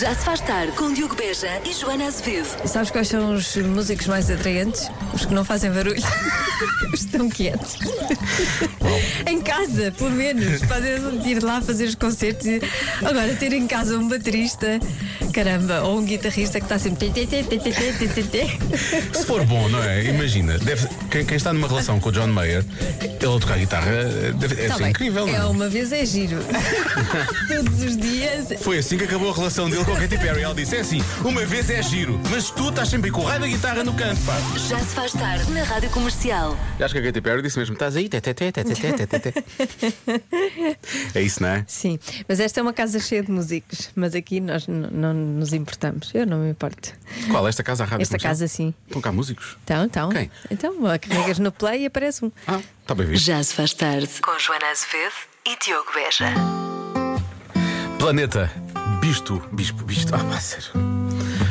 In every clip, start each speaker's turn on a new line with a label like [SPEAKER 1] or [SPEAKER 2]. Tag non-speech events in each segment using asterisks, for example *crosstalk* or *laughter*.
[SPEAKER 1] Já se faz tarde com Diogo Beja e Joana Azevedo.
[SPEAKER 2] Sabes quais são os músicos mais atraentes? Os que não fazem barulho. *laughs* Os que estão quietos. em casa, pelo menos. Fazem de ir lá fazer os concertos. e- Agora, ter em casa um baterista, caramba, ou um guitarrista que está sempre. tê, tê, tê, tê, tê, tê, tê, tê.
[SPEAKER 3] Se for bom, não é? Imagina, deve- quem, quem está numa relação com o John Mayer, ele a tocar guitarra eh, deve, deve
[SPEAKER 2] Tá
[SPEAKER 3] ser
[SPEAKER 2] bem.
[SPEAKER 3] incrível, não é?
[SPEAKER 2] É uma vez é
[SPEAKER 3] *laughs*
[SPEAKER 2] giro. Todos os dias.
[SPEAKER 3] Foi assim que acabou a relação dele com a Katy Perry. Ela disse: é assim, uma vez é giro, mas tu estás sempre com o raio da guitarra no canto, pá.
[SPEAKER 1] Já se faz tarde na Rádio Comercial.
[SPEAKER 3] Já acho que a Katy Perry disse mesmo: estás aí, tê, tê, tê, tê, tê, tê, tê, tê, tê." É isso, não é?
[SPEAKER 2] Sim, mas esta é uma casa cheia de músicos. Mas aqui nós n- não nos importamos. Eu não me importo.
[SPEAKER 3] Qual? Esta casa à rádio?
[SPEAKER 2] Esta
[SPEAKER 3] comercial?
[SPEAKER 2] casa, sim.
[SPEAKER 3] Estão cá músicos?
[SPEAKER 2] Então, então.
[SPEAKER 3] Quem?
[SPEAKER 2] Então, ó, carregas no play e aparece um.
[SPEAKER 3] Ah, está bem visto.
[SPEAKER 1] Já se faz tarde com Joana Azevedo e Diogo Beja.
[SPEAKER 3] Planeta Bisto, Bispo, Bisto. Ah, pá, sério.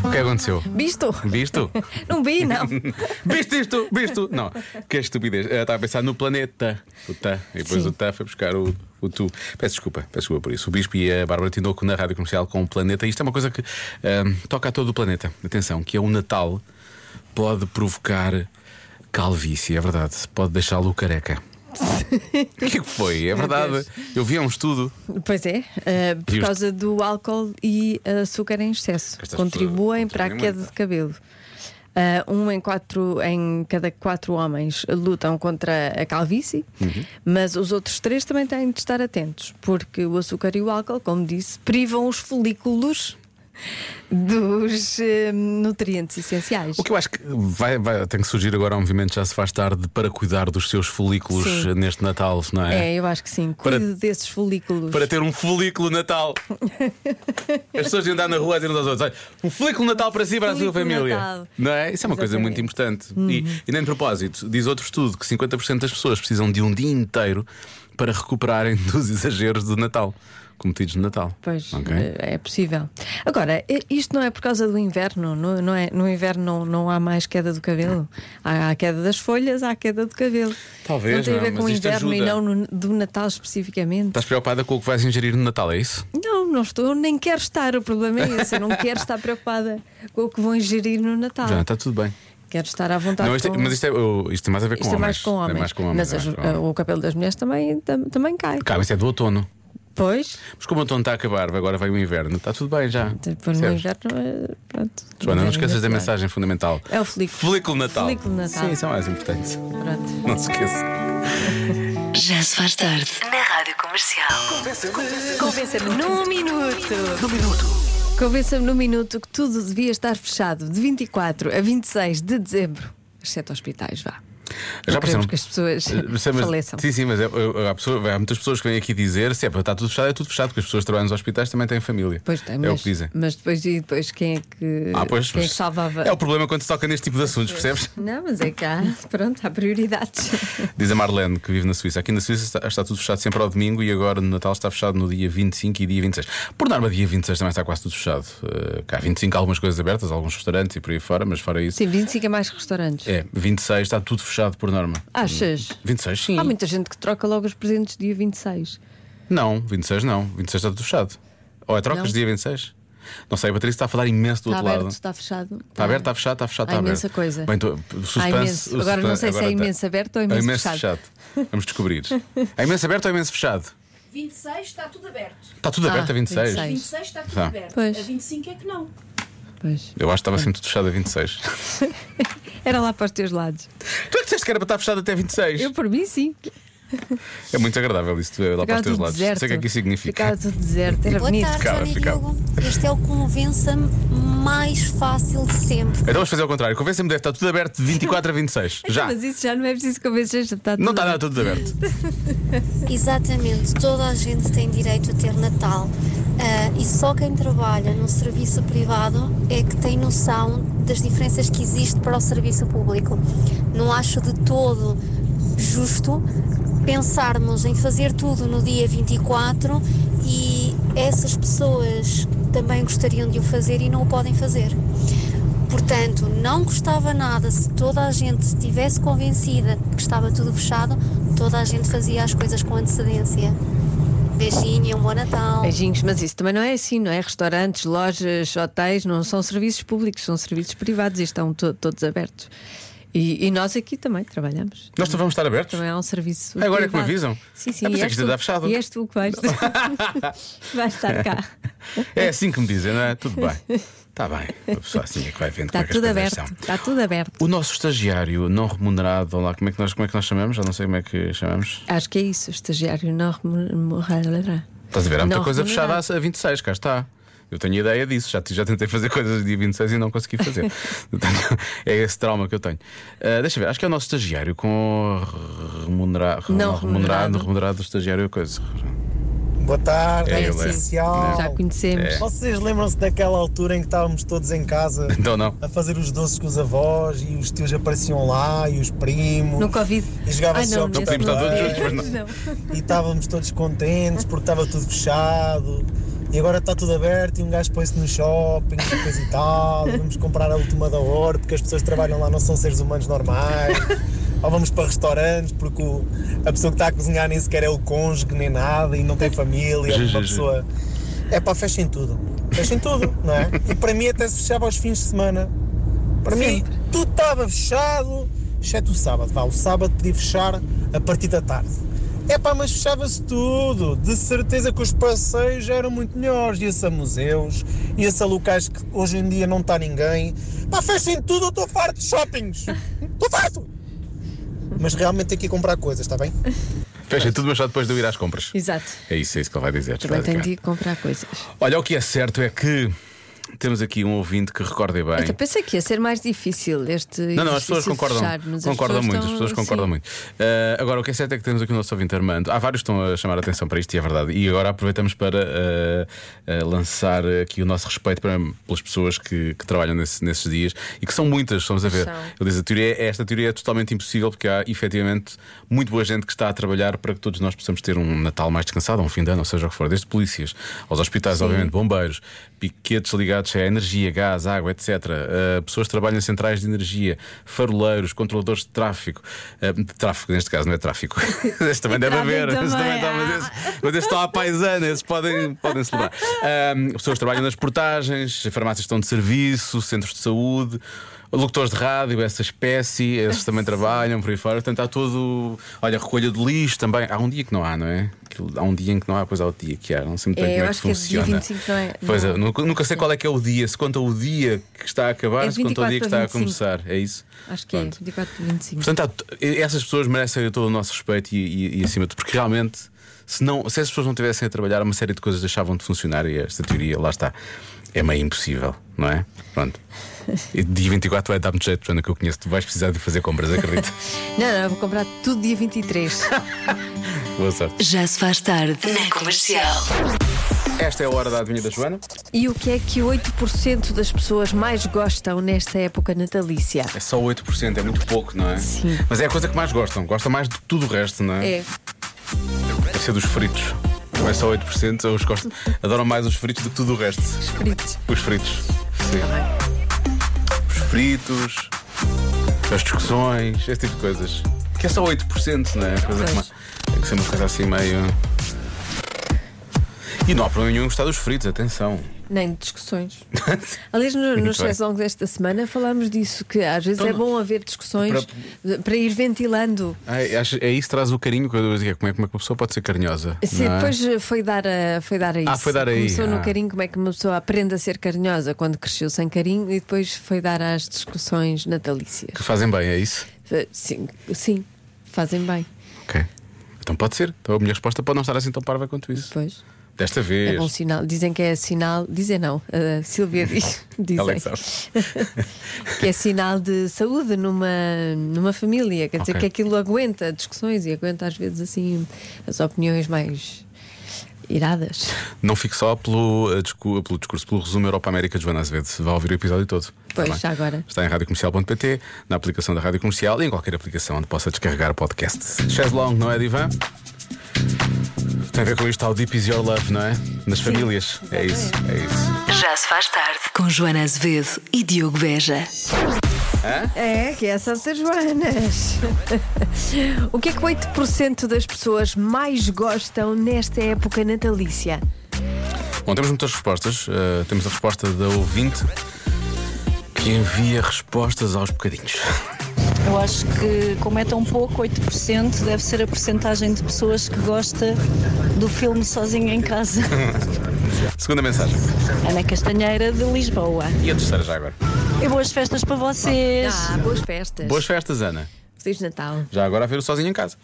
[SPEAKER 3] O que aconteceu?
[SPEAKER 2] Bisto!
[SPEAKER 3] Bisto?
[SPEAKER 2] Não vi, não.
[SPEAKER 3] *laughs* Viste isto? Viste? isto? Não, que estupidez. Eu Estava a pensar no planeta. O Tá. E depois
[SPEAKER 2] Sim.
[SPEAKER 3] o Tá foi buscar o, o Tu. Peço desculpa, peço desculpa por isso. O Bispo e a Bárbara Tinoco na rádio comercial com o planeta. Isto é uma coisa que ahm, toca a todo o planeta. Atenção, que é o Natal pode provocar calvície, é verdade. Pode deixá-lo careca. O que é que foi? É verdade.
[SPEAKER 2] Deus.
[SPEAKER 3] Eu vi há um estudo.
[SPEAKER 2] Pois é, eh, por
[SPEAKER 3] Justo.
[SPEAKER 2] causa do álcool e açúcar em excesso.
[SPEAKER 3] Estas
[SPEAKER 2] contribuem
[SPEAKER 3] pessoas
[SPEAKER 2] para a
[SPEAKER 3] contribuem
[SPEAKER 2] queda
[SPEAKER 3] muito. é?
[SPEAKER 2] de cabelo. Eh, um em quatro em cada quatro homens lutam contra a calvície,
[SPEAKER 3] Uhum.
[SPEAKER 2] mas os outros três também têm de estar atentos, porque o açúcar e o álcool, como disse, privam os folículos dos eh, nutrientes essenciais.
[SPEAKER 3] O que eu acho que vai, vai- tem que surgir agora um movimento já se faz tarde para cuidar dos seus folículos
[SPEAKER 2] Sim.
[SPEAKER 3] neste Natal, não
[SPEAKER 2] É, eu acho que sim.
[SPEAKER 3] Para-
[SPEAKER 2] Cuide desses folículos.
[SPEAKER 3] para ter um folículo natal. As pessoas iam andar na rua a dizer uns aos outros: olha, um folículo natal para si e para a sua
[SPEAKER 2] Folículo
[SPEAKER 3] família.
[SPEAKER 2] natal.
[SPEAKER 3] Não é? Isso é uma
[SPEAKER 2] Exatamente.
[SPEAKER 3] coisa
[SPEAKER 2] Uhum.
[SPEAKER 3] muito importante. E, e nem de propósito, diz outro estudo que 50% das pessoas precisam de um dia inteiro para recuperarem *laughs* dos exageros do Natal, cometidos no Natal.
[SPEAKER 2] Pois,
[SPEAKER 3] Ok?
[SPEAKER 2] eh, é possível. Agora, eh, isto não é por causa do inverno, não, não é? No inverno não, não há mais queda do cabelo. Há a queda das folhas, há a queda do cabelo.
[SPEAKER 3] Talvez,
[SPEAKER 2] Não tem a
[SPEAKER 3] não é?
[SPEAKER 2] ver com o
[SPEAKER 3] Mas isto
[SPEAKER 2] inverno e
[SPEAKER 3] ajuda. Tá.
[SPEAKER 2] não no- do Natal especificamente.
[SPEAKER 3] Estás preocupada com o que vais ingerir no Natal, é isso?
[SPEAKER 2] Não, não estou, nem quero estar. O problema é esse. Eu não quero estar preocupada com o que vou ingerir no Natal.
[SPEAKER 3] Já, está tudo bem.
[SPEAKER 2] Quero estar à vontade.
[SPEAKER 3] Não, isto-
[SPEAKER 2] Tá. com...
[SPEAKER 3] mas isto, é, eu- isto tem mais a ver com
[SPEAKER 2] Isto é
[SPEAKER 3] homens.
[SPEAKER 2] mais com homens.
[SPEAKER 3] Tem mais com homens.
[SPEAKER 2] Mas
[SPEAKER 3] é
[SPEAKER 2] as-
[SPEAKER 3] mais com homens.
[SPEAKER 2] o cabelo das mulheres também, tam- também cai.
[SPEAKER 3] Calma, isso é do outono.
[SPEAKER 2] Pois,
[SPEAKER 3] Mas como o outono está a acabar, agora vai o inverno, está tudo bem já.
[SPEAKER 2] depois no
[SPEAKER 3] Percebes?
[SPEAKER 2] inverno. eh, Pronto,
[SPEAKER 3] Joana, não
[SPEAKER 2] inverno
[SPEAKER 3] esqueças da
[SPEAKER 2] natural.
[SPEAKER 3] mensagem fundamental.
[SPEAKER 2] É o folículo.
[SPEAKER 3] Folículo Natal.
[SPEAKER 2] Folículo Natal.
[SPEAKER 3] Sim, isso é o mais importante.
[SPEAKER 2] Pronto.
[SPEAKER 3] Não se esqueça.
[SPEAKER 1] Já se faz tarde na Rádio Comercial.
[SPEAKER 2] Convença-me num minuto. Num minuto. Convença-me num minuto que tudo devia estar fechado de 24 a 26 de dezembro, exceto hospitais, vá. Não queremos que as pessoas
[SPEAKER 3] Sim, Eh, mas-
[SPEAKER 2] faleçam.
[SPEAKER 3] Sim, sim, mas é, eu- eu- há, pessoa- há muitas pessoas que vêm aqui dizer: se é para estar tudo fechado, é tudo fechado, porque as pessoas que trabalham nos hospitais também têm família.
[SPEAKER 2] Pois tem,
[SPEAKER 3] é
[SPEAKER 2] mas,
[SPEAKER 3] o que dizem.
[SPEAKER 2] mas depois, e depois quem é que,
[SPEAKER 3] Ah, pois,
[SPEAKER 2] quem é
[SPEAKER 3] mas
[SPEAKER 2] que salvava?
[SPEAKER 3] É o problema quando se toca neste tipo de assuntos, percebes?
[SPEAKER 2] Não, mas é cá, *laughs* pronto, há
[SPEAKER 3] *laughs*
[SPEAKER 2] prioridades.
[SPEAKER 3] Diz a Marlene, que vive na Suíça. Aqui na Suíça está, está tudo fechado sempre ao domingo e agora no Natal está fechado no dia 25 e dia 26. Por norma, dia 26 também está quase tudo fechado. Eh, cá há 25 há algumas coisas abertas, alguns restaurantes e por aí fora, mas fora isso.
[SPEAKER 2] Sim, 25 é mais restaurantes.
[SPEAKER 3] É, 26 está tudo fechado por norma.
[SPEAKER 2] Achas?
[SPEAKER 3] 26 sim.
[SPEAKER 2] Há muita gente que troca logo os presentes dia 26.
[SPEAKER 3] Não, 26 não. 26 está tudo fechado. Ou é trocas
[SPEAKER 2] Não.
[SPEAKER 3] dia 26? Não sei, a Patrícia está a falar imenso do
[SPEAKER 2] Está
[SPEAKER 3] outro
[SPEAKER 2] aberto,
[SPEAKER 3] lado.
[SPEAKER 2] está fechado.
[SPEAKER 3] Está aberto, está fechado, está fechado,
[SPEAKER 2] Há
[SPEAKER 3] está aberto.
[SPEAKER 2] imensa coisa.
[SPEAKER 3] Bem, então, o suspense,
[SPEAKER 2] imenso.
[SPEAKER 3] o
[SPEAKER 2] Agora
[SPEAKER 3] suspense-
[SPEAKER 2] não sei se é
[SPEAKER 3] agora tá-
[SPEAKER 2] imenso aberto ou imenso fechado.
[SPEAKER 3] Vamos descobrir. É imenso aberto ou é imenso fechado?
[SPEAKER 4] 26 está tudo aberto.
[SPEAKER 3] Está tudo
[SPEAKER 2] Ah,
[SPEAKER 3] aberto a 26.
[SPEAKER 2] 26.
[SPEAKER 4] 26 está tudo
[SPEAKER 3] Tá.
[SPEAKER 4] aberto.
[SPEAKER 2] Pois.
[SPEAKER 4] A 25 é que não.
[SPEAKER 2] Pois.
[SPEAKER 3] Eu acho que estava sempre tudo fechado a *laughs* 26.
[SPEAKER 2] Era lá para os teus lados.
[SPEAKER 3] Tu é que disseste que era para estar fechado até 26.
[SPEAKER 2] Eu, por mim, sim.
[SPEAKER 3] É muito agradável isso é lá para
[SPEAKER 2] Ficava
[SPEAKER 3] os teus
[SPEAKER 2] tudo
[SPEAKER 3] lados. Não
[SPEAKER 2] deserto.
[SPEAKER 3] sei o que é que isso significa.
[SPEAKER 2] Ficava tudo deserto, era
[SPEAKER 5] Boa
[SPEAKER 2] bonito.
[SPEAKER 5] tarde,
[SPEAKER 3] Ficava,
[SPEAKER 5] Joana e
[SPEAKER 3] ficava.
[SPEAKER 5] Diogo. Este é o Convença-me mais fácil de sempre.
[SPEAKER 3] *laughs* Então vamos fazer ao contrário. Convença-me, deve estar tudo aberto de 24
[SPEAKER 2] *laughs*
[SPEAKER 3] a 26. Já.
[SPEAKER 2] Mas isso já não é preciso convencer, já está tudo.
[SPEAKER 3] Não tá. está nada tudo aberto.
[SPEAKER 5] Exatamente, toda a gente tem direito a ter Natal. Ah, e só quem trabalha num serviço privado é que tem noção das diferenças que existe para o serviço público. Não acho de todo justo pensarmos em fazer tudo no dia 24 e essas pessoas também gostariam de o fazer e não o podem fazer. Portanto, não custava nada se toda a gente estivesse convencida que estava tudo fechado, toda a gente fazia as coisas com antecedência. Beijinho e um bom Natal.
[SPEAKER 2] Beijinhos, mas isso também não é assim, não é? Restaurantes, lojas, hotéis, não são serviços públicos, são serviços privados e estão to- todos abertos. E, e nós aqui também trabalhamos.
[SPEAKER 3] Nós também vamos estar abertos?
[SPEAKER 2] Também é um serviço.
[SPEAKER 3] Ah, agora é que me
[SPEAKER 2] privado.
[SPEAKER 3] avisam?
[SPEAKER 2] Sim, sim.
[SPEAKER 3] Ah, pensei
[SPEAKER 2] e
[SPEAKER 3] que
[SPEAKER 2] és
[SPEAKER 3] isto
[SPEAKER 2] tu-
[SPEAKER 3] está fechado.
[SPEAKER 2] E és tu que vais, *laughs* vais estar
[SPEAKER 3] *laughs*
[SPEAKER 2] cá.
[SPEAKER 3] É assim que me dizem, não é? Tudo bem. Está bem. A pessoa assim é que vai vendo
[SPEAKER 2] Está
[SPEAKER 3] como
[SPEAKER 2] Tá
[SPEAKER 3] é que
[SPEAKER 2] tudo
[SPEAKER 3] as coisas
[SPEAKER 2] aberto.
[SPEAKER 3] são.
[SPEAKER 2] Está tudo aberto.
[SPEAKER 3] O nosso estagiário não remunerado, olá, como é que nós, como é que nós chamamos? Já não sei como é que chamamos.
[SPEAKER 2] Acho que é isso. O estagiário não remunerará.
[SPEAKER 3] Estás a ver? Há muita
[SPEAKER 2] Não
[SPEAKER 3] coisa
[SPEAKER 2] remunerado.
[SPEAKER 3] fechada a 26, cá está. Eu tenho ideia disso, já, te- já tentei fazer coisas dia 26 e não
[SPEAKER 2] *laughs*
[SPEAKER 3] consegui fazer. Portanto, é esse trauma que eu tenho. Ah, deixa eu ver, acho que é o nosso estagiário com remunerado,
[SPEAKER 2] Não
[SPEAKER 3] remunerado,
[SPEAKER 2] remunerado.
[SPEAKER 3] remunerado estagiário, coisa.
[SPEAKER 6] Boa tarde,
[SPEAKER 3] É,
[SPEAKER 6] é,
[SPEAKER 3] ele é.
[SPEAKER 6] especial.
[SPEAKER 2] Já conhecemos.
[SPEAKER 6] Vocês lembram-se daquela altura em que estávamos todos em casa
[SPEAKER 3] Então *laughs* não.
[SPEAKER 6] a fazer os doces com os avós e os tios apareciam lá e os primos
[SPEAKER 2] No Covid.
[SPEAKER 6] e jogava
[SPEAKER 2] Ai, não,
[SPEAKER 6] só
[SPEAKER 2] nesse
[SPEAKER 3] podíamos estar todos juntos, mas não.
[SPEAKER 6] e estávamos todos contentes porque estava tudo fechado e agora está tudo aberto e um gajo põe-se no shopping e coisa e tal e vamos comprar a última da hora porque as pessoas que trabalham lá não são seres humanos normais ou vamos para restaurantes porque o- a pessoa que está a cozinhar nem sequer é o cônjuge nem nada e não tem família é
[SPEAKER 3] Sim,
[SPEAKER 6] uma
[SPEAKER 3] sim, sim.
[SPEAKER 6] pessoa é pá, fechem tudo fechem tudo, não é? e para mim até se fechava aos fins de semana para mim tudo estava fechado exceto o sábado, vá, o sábado podia fechar a partir da tarde é pá, mas fechava-se tudo. De certeza que os passeios eram muito melhores. Ia-se a museus, ia-se a locais que hoje em dia não está ninguém. Pá, fechem tudo, eu estou farto de shoppings. Estou farto! Mas realmente tem que ir comprar coisas, está bem?
[SPEAKER 3] Fecha tudo, mas só depois de eu ir às compras.
[SPEAKER 2] Exato.
[SPEAKER 3] É isso, é isso que ele vai dizer.
[SPEAKER 2] Também tenho de
[SPEAKER 3] basicamente.
[SPEAKER 2] ir comprar coisas.
[SPEAKER 3] Olha, o que é certo é que temos aqui um ouvinte que recorda bem.
[SPEAKER 2] Eu Então, pensei que ia ser mais difícil este.
[SPEAKER 3] Não,
[SPEAKER 2] exercício
[SPEAKER 3] não, as pessoas
[SPEAKER 2] de
[SPEAKER 3] concordam.
[SPEAKER 2] fecharmos.
[SPEAKER 3] concordam muito, as pessoas
[SPEAKER 2] estão- assim.
[SPEAKER 3] concordam
[SPEAKER 2] sim.
[SPEAKER 3] muito. Eh, agora, o que é certo é que temos aqui o nosso ouvinte Armando. Há vários que estão a chamar a atenção para isto e é verdade. E agora aproveitamos para eh, eh, lançar aqui o nosso respeito para, pelas pessoas que, que trabalham nesse- nesses dias e que são muitas, estamos a ver.
[SPEAKER 2] São.
[SPEAKER 3] Eu disse, a teoria, esta teoria é totalmente impossível porque há efetivamente muito boa gente que está a trabalhar para que todos nós possamos ter um Natal mais descansado, um fim de ano, ou seja o que for, desde polícias aos hospitais, obviamente, bombeiros, piquetes ligados a energia, gás, água, etc. eh, pessoas que trabalham em centrais de energia, faroleiros, controladores de tráfego. eh, de tráfego, neste caso, não é tráfico. *laughs* Esse também deve
[SPEAKER 2] tráfego
[SPEAKER 3] haver. Esse
[SPEAKER 2] também,
[SPEAKER 3] também está, mas
[SPEAKER 2] ah.
[SPEAKER 3] esse- mas esses estão à paisana, esses podem, podem celebrar. Ahm, pessoas trabalham nas portagens, farmácias estão de serviço, centros de saúde, locutores de rádio, essa espécie, esses também trabalham por aí fora. Portanto, há todo. Olha, recolha de lixo também. Há um dia que não há, não é? Aquilo- Há um dia em que não há, depois há outro dia que há. Não sei muito bem
[SPEAKER 2] É,
[SPEAKER 3] como
[SPEAKER 2] eu
[SPEAKER 3] é que
[SPEAKER 2] acho que é dia
[SPEAKER 3] funciona.
[SPEAKER 2] 25, não é?
[SPEAKER 3] Pois é,
[SPEAKER 2] Não.
[SPEAKER 3] nunca, nunca sei qual é que é o dia. Se conta o dia que está a acabar,
[SPEAKER 2] É
[SPEAKER 3] se conta o dia
[SPEAKER 2] 24
[SPEAKER 3] que está a
[SPEAKER 2] para 25.
[SPEAKER 3] começar. É isso?
[SPEAKER 2] Acho que é, 24 por 25.
[SPEAKER 3] Portanto, há t- essas pessoas merecem todo o nosso respeito e, e- e acima de tudo, porque realmente, se, não, se essas pessoas não estivessem a trabalhar, uma série de coisas deixavam de funcionar e esta teoria, lá está, é meio impossível, não é? Pronto. E dia 24 vai dar muito jeito, Joana, que eu conheço, tu vais precisar de fazer compras, *laughs* acredito.
[SPEAKER 2] Não, não, eu vou comprar tudo dia
[SPEAKER 3] *laughs*
[SPEAKER 2] 23.
[SPEAKER 3] Boa sorte.
[SPEAKER 1] Já se faz tarde na comercial.
[SPEAKER 3] Esta é a hora da adivinha da Joana.
[SPEAKER 2] e o que é que 8% das pessoas mais gostam nesta época natalícia?
[SPEAKER 3] É só 8%, é muito pouco, não é?
[SPEAKER 2] Sim.
[SPEAKER 3] Mas é a coisa que mais gostam, gostam mais do que tudo o resto, não é?
[SPEAKER 2] É,
[SPEAKER 3] Deve ser dos fritos. Não é só 8%, eu os gosto, adoram mais os fritos do que tudo o resto.
[SPEAKER 2] os fritos. Tá
[SPEAKER 3] Os fritos. Sim. Os fritos, as discussões, esse tipo de coisas. Que é só 8%, não é? Coisa que
[SPEAKER 2] Pois.
[SPEAKER 3] ma- tem que ser uma coisa assim meio. E não há problema nenhum em gostar dos
[SPEAKER 2] *laughs*
[SPEAKER 3] fritos, atenção.
[SPEAKER 2] Nem de discussões. Aliás, no, no
[SPEAKER 3] bem. Então
[SPEAKER 2] Chazong desta semana falámos disso, que às vezes é bom haver discussões para, ir ventilando.
[SPEAKER 3] Ai, acho- é isso que traz o carinho que eu dizia. Como é que uma pessoa pode ser carinhosa?
[SPEAKER 2] Se
[SPEAKER 3] não é?
[SPEAKER 2] depois eh, foi dar, a, foi dar a isso.
[SPEAKER 3] foi dar aí,
[SPEAKER 2] Começou
[SPEAKER 3] ah.
[SPEAKER 2] no carinho, como é que uma pessoa aprende a ser carinhosa quando cresceu sem carinho e depois foi dar às discussões natalícias.
[SPEAKER 3] Que fazem bem, é isso?
[SPEAKER 2] Eh, Sim, sim fazem bem.
[SPEAKER 3] Ok. Então pode ser. Então a minha resposta pode não estar assim tão parva quanto isso.
[SPEAKER 2] Depois
[SPEAKER 3] Desta
[SPEAKER 2] é
[SPEAKER 3] vez.
[SPEAKER 2] bom sinal. Dizem que é sinal. Dizem não. A Silvia
[SPEAKER 3] *laughs*
[SPEAKER 2] diz. Dizem.
[SPEAKER 3] Ela é que sabe.
[SPEAKER 2] *laughs* que é sinal de saúde numa, numa família. Quer dizer
[SPEAKER 3] Ok.
[SPEAKER 2] que aquilo aguenta discussões e aguenta às vezes assim as opiniões mais iradas.
[SPEAKER 3] Não fique só pelo, eh, discu- pelo discurso, pelo resumo Europa América de Joana Azevedo. Vá ouvir o episódio todo. Está
[SPEAKER 2] Pois,
[SPEAKER 3] bem?
[SPEAKER 2] já agora.
[SPEAKER 3] Está em radiocomercial.pt, na aplicação da Rádio Comercial e em qualquer aplicação onde possa descarregar o podcast. Chaz Long, não é, Divan? Tem a ver com isto, está o Deep Is Your Love, não é? Nas famílias. É isso, é isso.
[SPEAKER 1] Já se faz tarde com Joana Azevedo e Diogo Beja.
[SPEAKER 2] É, que é Santa Joanas. *laughs*
[SPEAKER 7] O que é que 8% das pessoas mais gostam nesta época natalícia?
[SPEAKER 3] Bom, temos muitas respostas. Uh, temos a resposta da ouvinte que envia respostas aos bocadinhos. *laughs*
[SPEAKER 8] Eu acho que, como é tão pouco, 8% deve ser a porcentagem de pessoas que gosta do filme Sozinho em
[SPEAKER 1] *laughs*
[SPEAKER 8] Casa.
[SPEAKER 3] Segunda mensagem.
[SPEAKER 8] Ana Castanheira, de Lisboa.
[SPEAKER 3] E a terceira já agora.
[SPEAKER 8] E boas festas para vocês!
[SPEAKER 2] Ah, boas festas.
[SPEAKER 3] Boas festas, Ana.
[SPEAKER 2] Feliz Natal.
[SPEAKER 3] Já agora a ver o sozinho em casa.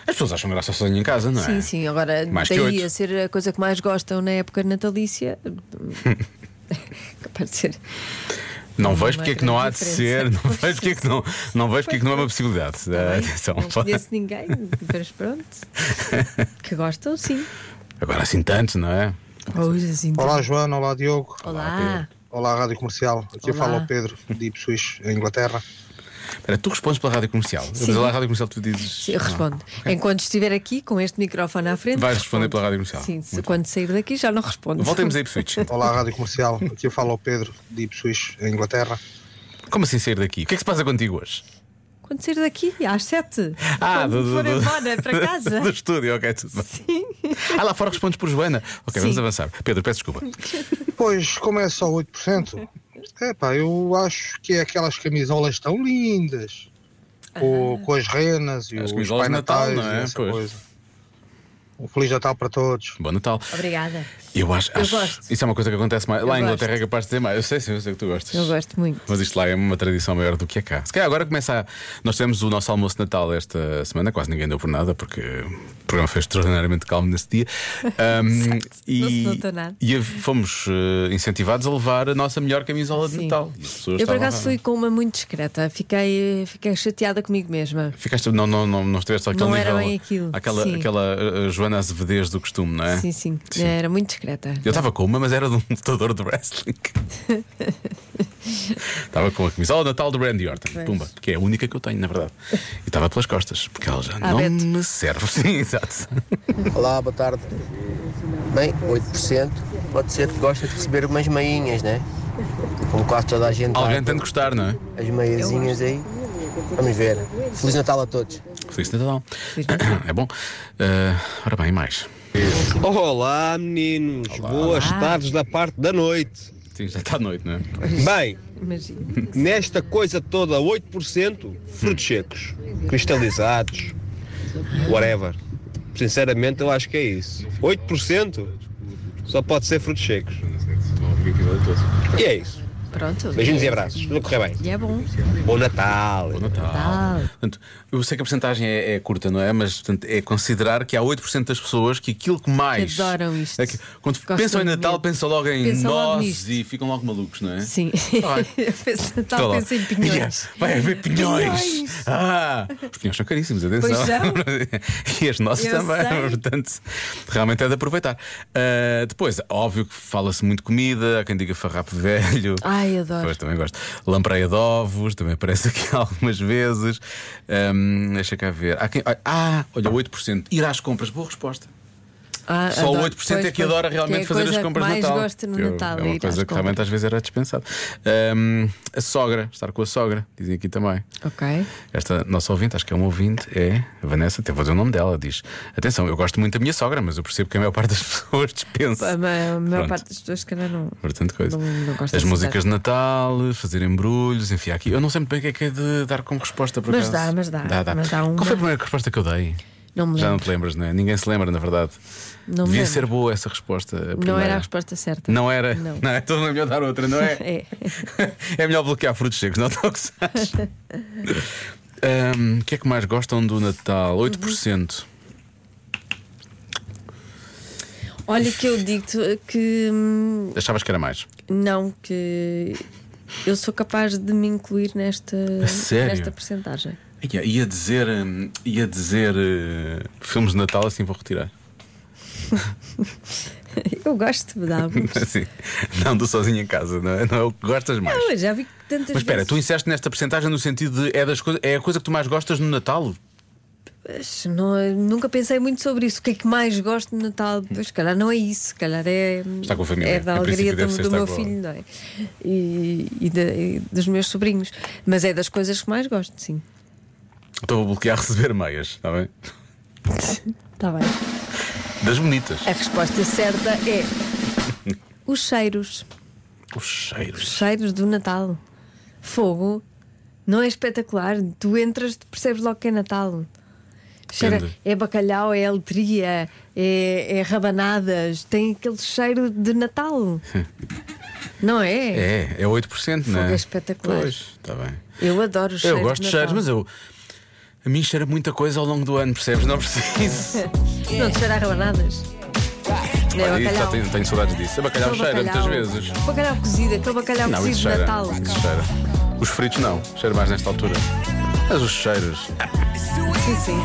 [SPEAKER 3] As pessoas acham graça ao sozinho em casa, não é?
[SPEAKER 2] Sim, sim, agora
[SPEAKER 3] Mais que
[SPEAKER 2] daí
[SPEAKER 3] oito.
[SPEAKER 2] a ser a coisa que mais gostam na época
[SPEAKER 3] *laughs*
[SPEAKER 2] natalícia. Capaz de ser.
[SPEAKER 3] Não
[SPEAKER 2] uma
[SPEAKER 3] vejo porque é que não há
[SPEAKER 2] grande
[SPEAKER 3] de ser, não
[SPEAKER 2] *laughs* diferença.
[SPEAKER 3] vejo porque é que não, não vejo porque é que não é uma possibilidade. Ah, *laughs* Atenção.
[SPEAKER 2] Não conheço ninguém, mas
[SPEAKER 3] *laughs*
[SPEAKER 2] pronto. Que gostam, sim.
[SPEAKER 3] Agora assim tanto, não é?
[SPEAKER 9] Olá
[SPEAKER 3] então.
[SPEAKER 9] Joana, olá Diogo,
[SPEAKER 2] Olá.
[SPEAKER 9] olá Rádio Comercial. Aqui
[SPEAKER 2] Olá.
[SPEAKER 9] fala o Pedro de Ipswich, em Inglaterra.
[SPEAKER 3] Espera, tu respondes pela rádio comercial. Eu
[SPEAKER 2] Sim.
[SPEAKER 3] diz lá a rádio comercial, tu dizes. "Ah,
[SPEAKER 2] Sim, eu respondo. Enquanto estiver aqui com este microfone à frente.
[SPEAKER 3] Vais responder
[SPEAKER 2] respondo.
[SPEAKER 3] pela rádio comercial.
[SPEAKER 2] Sim, se
[SPEAKER 3] Muito
[SPEAKER 2] quando sair daqui já não respondo.
[SPEAKER 3] Voltemos a Ipswich.
[SPEAKER 9] Olá Rádio Comercial. Aqui fala o Pedro de Ipswich, em Inglaterra.
[SPEAKER 3] Como assim sair daqui? O que é que se passa contigo hoje?
[SPEAKER 2] *laughs*
[SPEAKER 3] Ah,
[SPEAKER 2] Quando sair daqui, às sete. quando
[SPEAKER 3] do- do-
[SPEAKER 2] for
[SPEAKER 3] do-
[SPEAKER 2] embora é para casa.
[SPEAKER 3] *laughs* Do estúdio, ok, tudo bem.
[SPEAKER 2] Sim.
[SPEAKER 3] Ah, lá fora respondes por Joana. Ok, vamos avançar. Pedro, peço desculpa.
[SPEAKER 9] Pois, como é só 8%, epá, eu acho que é aquelas camisolas tão lindas. Com, com as renas e
[SPEAKER 3] As
[SPEAKER 9] os
[SPEAKER 3] camisolas
[SPEAKER 9] Pai
[SPEAKER 3] de Natal,
[SPEAKER 9] Natais
[SPEAKER 3] não é?
[SPEAKER 9] e essa
[SPEAKER 3] Pois.
[SPEAKER 9] coisa. Um Feliz Natal para todos.
[SPEAKER 3] Bom Natal.
[SPEAKER 2] Obrigada.
[SPEAKER 3] Eu acho. acho-
[SPEAKER 2] gosto.
[SPEAKER 3] Isso é uma coisa que acontece mais. lá em
[SPEAKER 2] gosto.
[SPEAKER 3] Inglaterra é capaz de dizer mais. Eu sei, sim, eu sei que tu gostas.
[SPEAKER 2] Eu gosto muito.
[SPEAKER 3] Mas isto lá é uma tradição maior do que é cá. Se calhar agora começa a. Nós tivemos o nosso almoço de Natal esta semana, quase ninguém deu por nada, porque o programa foi extraordinariamente calmo
[SPEAKER 2] *laughs*
[SPEAKER 3] nesse dia. Ahm,
[SPEAKER 2] Não se notou nada.
[SPEAKER 3] e a- fomos eh, incentivados a levar a nossa melhor camisola de
[SPEAKER 2] Sim.
[SPEAKER 3] Natal. E as pessoas
[SPEAKER 2] Eu por
[SPEAKER 3] estavam
[SPEAKER 2] acaso
[SPEAKER 3] lá.
[SPEAKER 2] fui com uma muito discreta. Fiquei, fiquei chateada comigo mesma.
[SPEAKER 3] Ficaste, não, não, não, não estiveste àquele
[SPEAKER 2] Não era
[SPEAKER 3] nível.
[SPEAKER 2] bem aquilo,
[SPEAKER 3] Aquela,
[SPEAKER 2] sim.
[SPEAKER 3] aquela eh, Joana Azevedez do costume, não é?
[SPEAKER 2] Sim, sim, Era muito discreta.
[SPEAKER 3] Eu estava com uma, mas era de um lutador de wrestling. Estava com a camisola de Natal do Randy Orton, Pumba, que é a única que eu tenho, na verdade. E estava pelas costas, porque ela já não
[SPEAKER 2] Ah, Beto.
[SPEAKER 3] me serve. *laughs* Sim, exato.
[SPEAKER 10] Olá, boa tarde. Bem, 8% pode ser que gosta de receber umas meinhas, né? Como quase toda a gente.
[SPEAKER 3] Alguém
[SPEAKER 10] lá,
[SPEAKER 3] tem de gostar, não é?
[SPEAKER 10] As meiazinhas aí. Vamos ver. Feliz Natal a todos.
[SPEAKER 3] Feliz Natal. *coughs* É bom. Ah, ora bem, mais.
[SPEAKER 11] Olá meninos, boas tardes da parte da noite.
[SPEAKER 3] Sim, já está à noite, não é?
[SPEAKER 11] Bem,
[SPEAKER 2] Imagina.
[SPEAKER 11] nesta coisa toda, 8% frutos secos, cristalizados, whatever. Sinceramente, eu acho que é isso. 8% só pode ser frutos secos. E é isso.
[SPEAKER 2] Pronto.
[SPEAKER 11] Beijinhos e abraços. Tudo a correr bem.
[SPEAKER 2] E é bom.
[SPEAKER 11] Bom Natal.
[SPEAKER 3] Bom Natal. Portanto, eu sei que a porcentagem é, é curta, não é? Mas portanto, é considerar que há 8% das pessoas que aquilo que mais.
[SPEAKER 2] Que adoram isto.
[SPEAKER 3] É que- quando
[SPEAKER 2] Gostam
[SPEAKER 3] pensam em
[SPEAKER 2] de
[SPEAKER 3] Natal,
[SPEAKER 2] comer.
[SPEAKER 3] pensam logo em
[SPEAKER 2] Pensam logo
[SPEAKER 3] nozes
[SPEAKER 2] nisto.
[SPEAKER 3] e ficam logo malucos, não é?
[SPEAKER 2] Sim. *laughs*
[SPEAKER 3] Ai. Tá
[SPEAKER 2] Está
[SPEAKER 3] lá.
[SPEAKER 2] pensa em pinhões.
[SPEAKER 3] Ia, Vai haver pinhões. Ah, os pinhões são caríssimos, atenção.
[SPEAKER 2] Pois são.
[SPEAKER 3] *laughs* e as nossas
[SPEAKER 2] Eu
[SPEAKER 3] também,
[SPEAKER 2] sei.
[SPEAKER 3] portanto, realmente é de aproveitar. Ah, depois, óbvio que fala-se muito de comida, há quem diga farrapo velho.
[SPEAKER 2] Ai, Ah, adoro.
[SPEAKER 3] Pois, também gosto. Lampreia de ovos, também aparece aqui *laughs* algumas vezes. Ahm, deixa cá ver. Há quem- Ah, olha, 8%. Ir às compras, boa resposta.
[SPEAKER 2] Ah,
[SPEAKER 3] Só
[SPEAKER 2] adoro.
[SPEAKER 3] 8% é
[SPEAKER 2] Pois,
[SPEAKER 3] que
[SPEAKER 2] pois,
[SPEAKER 3] adora realmente
[SPEAKER 2] que é a
[SPEAKER 3] fazer
[SPEAKER 2] coisa
[SPEAKER 3] as compras
[SPEAKER 2] que mais
[SPEAKER 3] de Natal.
[SPEAKER 2] gosto no
[SPEAKER 3] Que eu-
[SPEAKER 2] Natal.
[SPEAKER 3] É
[SPEAKER 2] ir
[SPEAKER 3] uma
[SPEAKER 2] às
[SPEAKER 3] coisa que
[SPEAKER 2] compras.
[SPEAKER 3] realmente às vezes era dispensado. Ahm, a sogra, estar com a sogra, dizem aqui também.
[SPEAKER 2] Ok.
[SPEAKER 3] Esta nossa ouvinte, acho que é uma ouvinte, é a Vanessa, até vou dizer o nome dela, diz: Atenção, eu gosto muito da minha sogra, mas eu percebo que a maior *laughs* parte das pessoas
[SPEAKER 2] A
[SPEAKER 3] dispensa.
[SPEAKER 2] ma- a maior
[SPEAKER 3] Pronto.
[SPEAKER 2] parte das pessoas que ainda não.
[SPEAKER 3] Portanto, coisa.
[SPEAKER 2] Não- não gosto
[SPEAKER 3] As
[SPEAKER 2] assim
[SPEAKER 3] músicas de Natal, fazer embrulhos, enfiar aqui. Eu não sei muito bem o que é que é de dar como resposta para
[SPEAKER 2] Mas dá, mas dá,
[SPEAKER 3] dá, dá.
[SPEAKER 2] mas dá uma.
[SPEAKER 3] Qual foi a primeira resposta que eu dei?
[SPEAKER 2] Não me
[SPEAKER 3] Já não
[SPEAKER 2] lembro.
[SPEAKER 3] te lembras, não é? Ninguém se lembra, na verdade.
[SPEAKER 2] Não me
[SPEAKER 3] Devia
[SPEAKER 2] lembro.
[SPEAKER 3] ser boa essa resposta. a
[SPEAKER 2] Não
[SPEAKER 3] primeira.
[SPEAKER 2] era a resposta certa.
[SPEAKER 3] Não era?
[SPEAKER 2] Não.
[SPEAKER 3] então não é melhor dar outra, não *laughs* é?
[SPEAKER 2] É.
[SPEAKER 3] É melhor bloquear frutos secos, não *laughs* toxados. Ahm, O que é que mais gostam do Natal? 8%.
[SPEAKER 2] Olha, que eu digo-te que. hum,
[SPEAKER 3] Achavas que era mais?
[SPEAKER 2] Não, que eu sou capaz de me incluir nesta,
[SPEAKER 3] sério?
[SPEAKER 2] nesta percentagem.
[SPEAKER 3] Ia, ia dizer, hum, ia dizer eh, filmes de Natal, assim vou retirar.
[SPEAKER 2] Eu gosto de dar alguns.
[SPEAKER 3] *laughs* Assim, não do sozinho em casa, não é, não é o que gostas mais.
[SPEAKER 2] Ah, mas já vi que tantas
[SPEAKER 3] Mas espera, tu
[SPEAKER 2] vezes.
[SPEAKER 3] inseste nesta percentagem no sentido de é, das coisas- é a coisa que tu mais gostas no Natal?
[SPEAKER 2] Mas não- nunca pensei muito sobre isso. O que é que mais gosto de Natal? Pois, se calhar não é isso. Se calhar é.
[SPEAKER 3] Estar com a família.
[SPEAKER 2] É da
[SPEAKER 3] Em
[SPEAKER 2] alegria do,
[SPEAKER 3] princípio, deve ser
[SPEAKER 2] do
[SPEAKER 3] estar
[SPEAKER 2] meu
[SPEAKER 3] com a-
[SPEAKER 2] filho, não é?
[SPEAKER 3] *laughs*
[SPEAKER 2] E, e da- e dos meus sobrinhos. Mas é das coisas que mais gosto, sim.
[SPEAKER 3] Estou a Então bloquear receber meias, está bem?
[SPEAKER 2] Está Tá bem.
[SPEAKER 3] Das bonitas.
[SPEAKER 2] A resposta certa é. *laughs* Os cheiros.
[SPEAKER 3] Os cheiros.
[SPEAKER 2] Os cheiros do Natal. Fogo. Não é espetacular? Tu entras, tu percebes logo que é Natal. Cheira,
[SPEAKER 12] Depende.
[SPEAKER 2] é bacalhau, é letria, é, é rabanadas, tem aquele cheiro de
[SPEAKER 3] *laughs*
[SPEAKER 2] Natal. Não é?
[SPEAKER 3] É, é 8%,
[SPEAKER 2] Fogo
[SPEAKER 3] não é?
[SPEAKER 2] é espetacular.
[SPEAKER 3] Pois, está bem.
[SPEAKER 2] Eu adoro os cheiros.
[SPEAKER 3] eu gosto de cheiros, mas eu. A mim cheira muita coisa ao longo do ano, percebes?
[SPEAKER 2] *laughs*
[SPEAKER 3] Não preciso. é-
[SPEAKER 2] mas. não te cheira a rabanadas. Não é
[SPEAKER 3] Olha, isso,
[SPEAKER 2] bacalhau.
[SPEAKER 3] só tenho, tenho saudades disso. A bacalhau
[SPEAKER 2] Aquele
[SPEAKER 3] cheira muitas
[SPEAKER 2] bacalhau-
[SPEAKER 3] vezes.
[SPEAKER 2] Bacalhau cozido, aquele bacalhau
[SPEAKER 3] não,
[SPEAKER 2] cozido
[SPEAKER 3] isso
[SPEAKER 2] de
[SPEAKER 3] cheira,
[SPEAKER 2] Natal.
[SPEAKER 3] isso cheira. Os fritos não, cheira mais nesta altura. Mas os cheiros.
[SPEAKER 2] Sim, sim.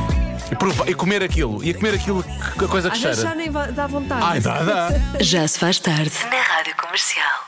[SPEAKER 3] E, prova- e comer aquilo, e a comer aquilo, que a coisa que
[SPEAKER 7] Às
[SPEAKER 3] cheira.
[SPEAKER 7] vezes já nem va- dá vontade.
[SPEAKER 3] Ai, dá, dá.
[SPEAKER 1] Já se faz tarde. Na Rádio Comercial.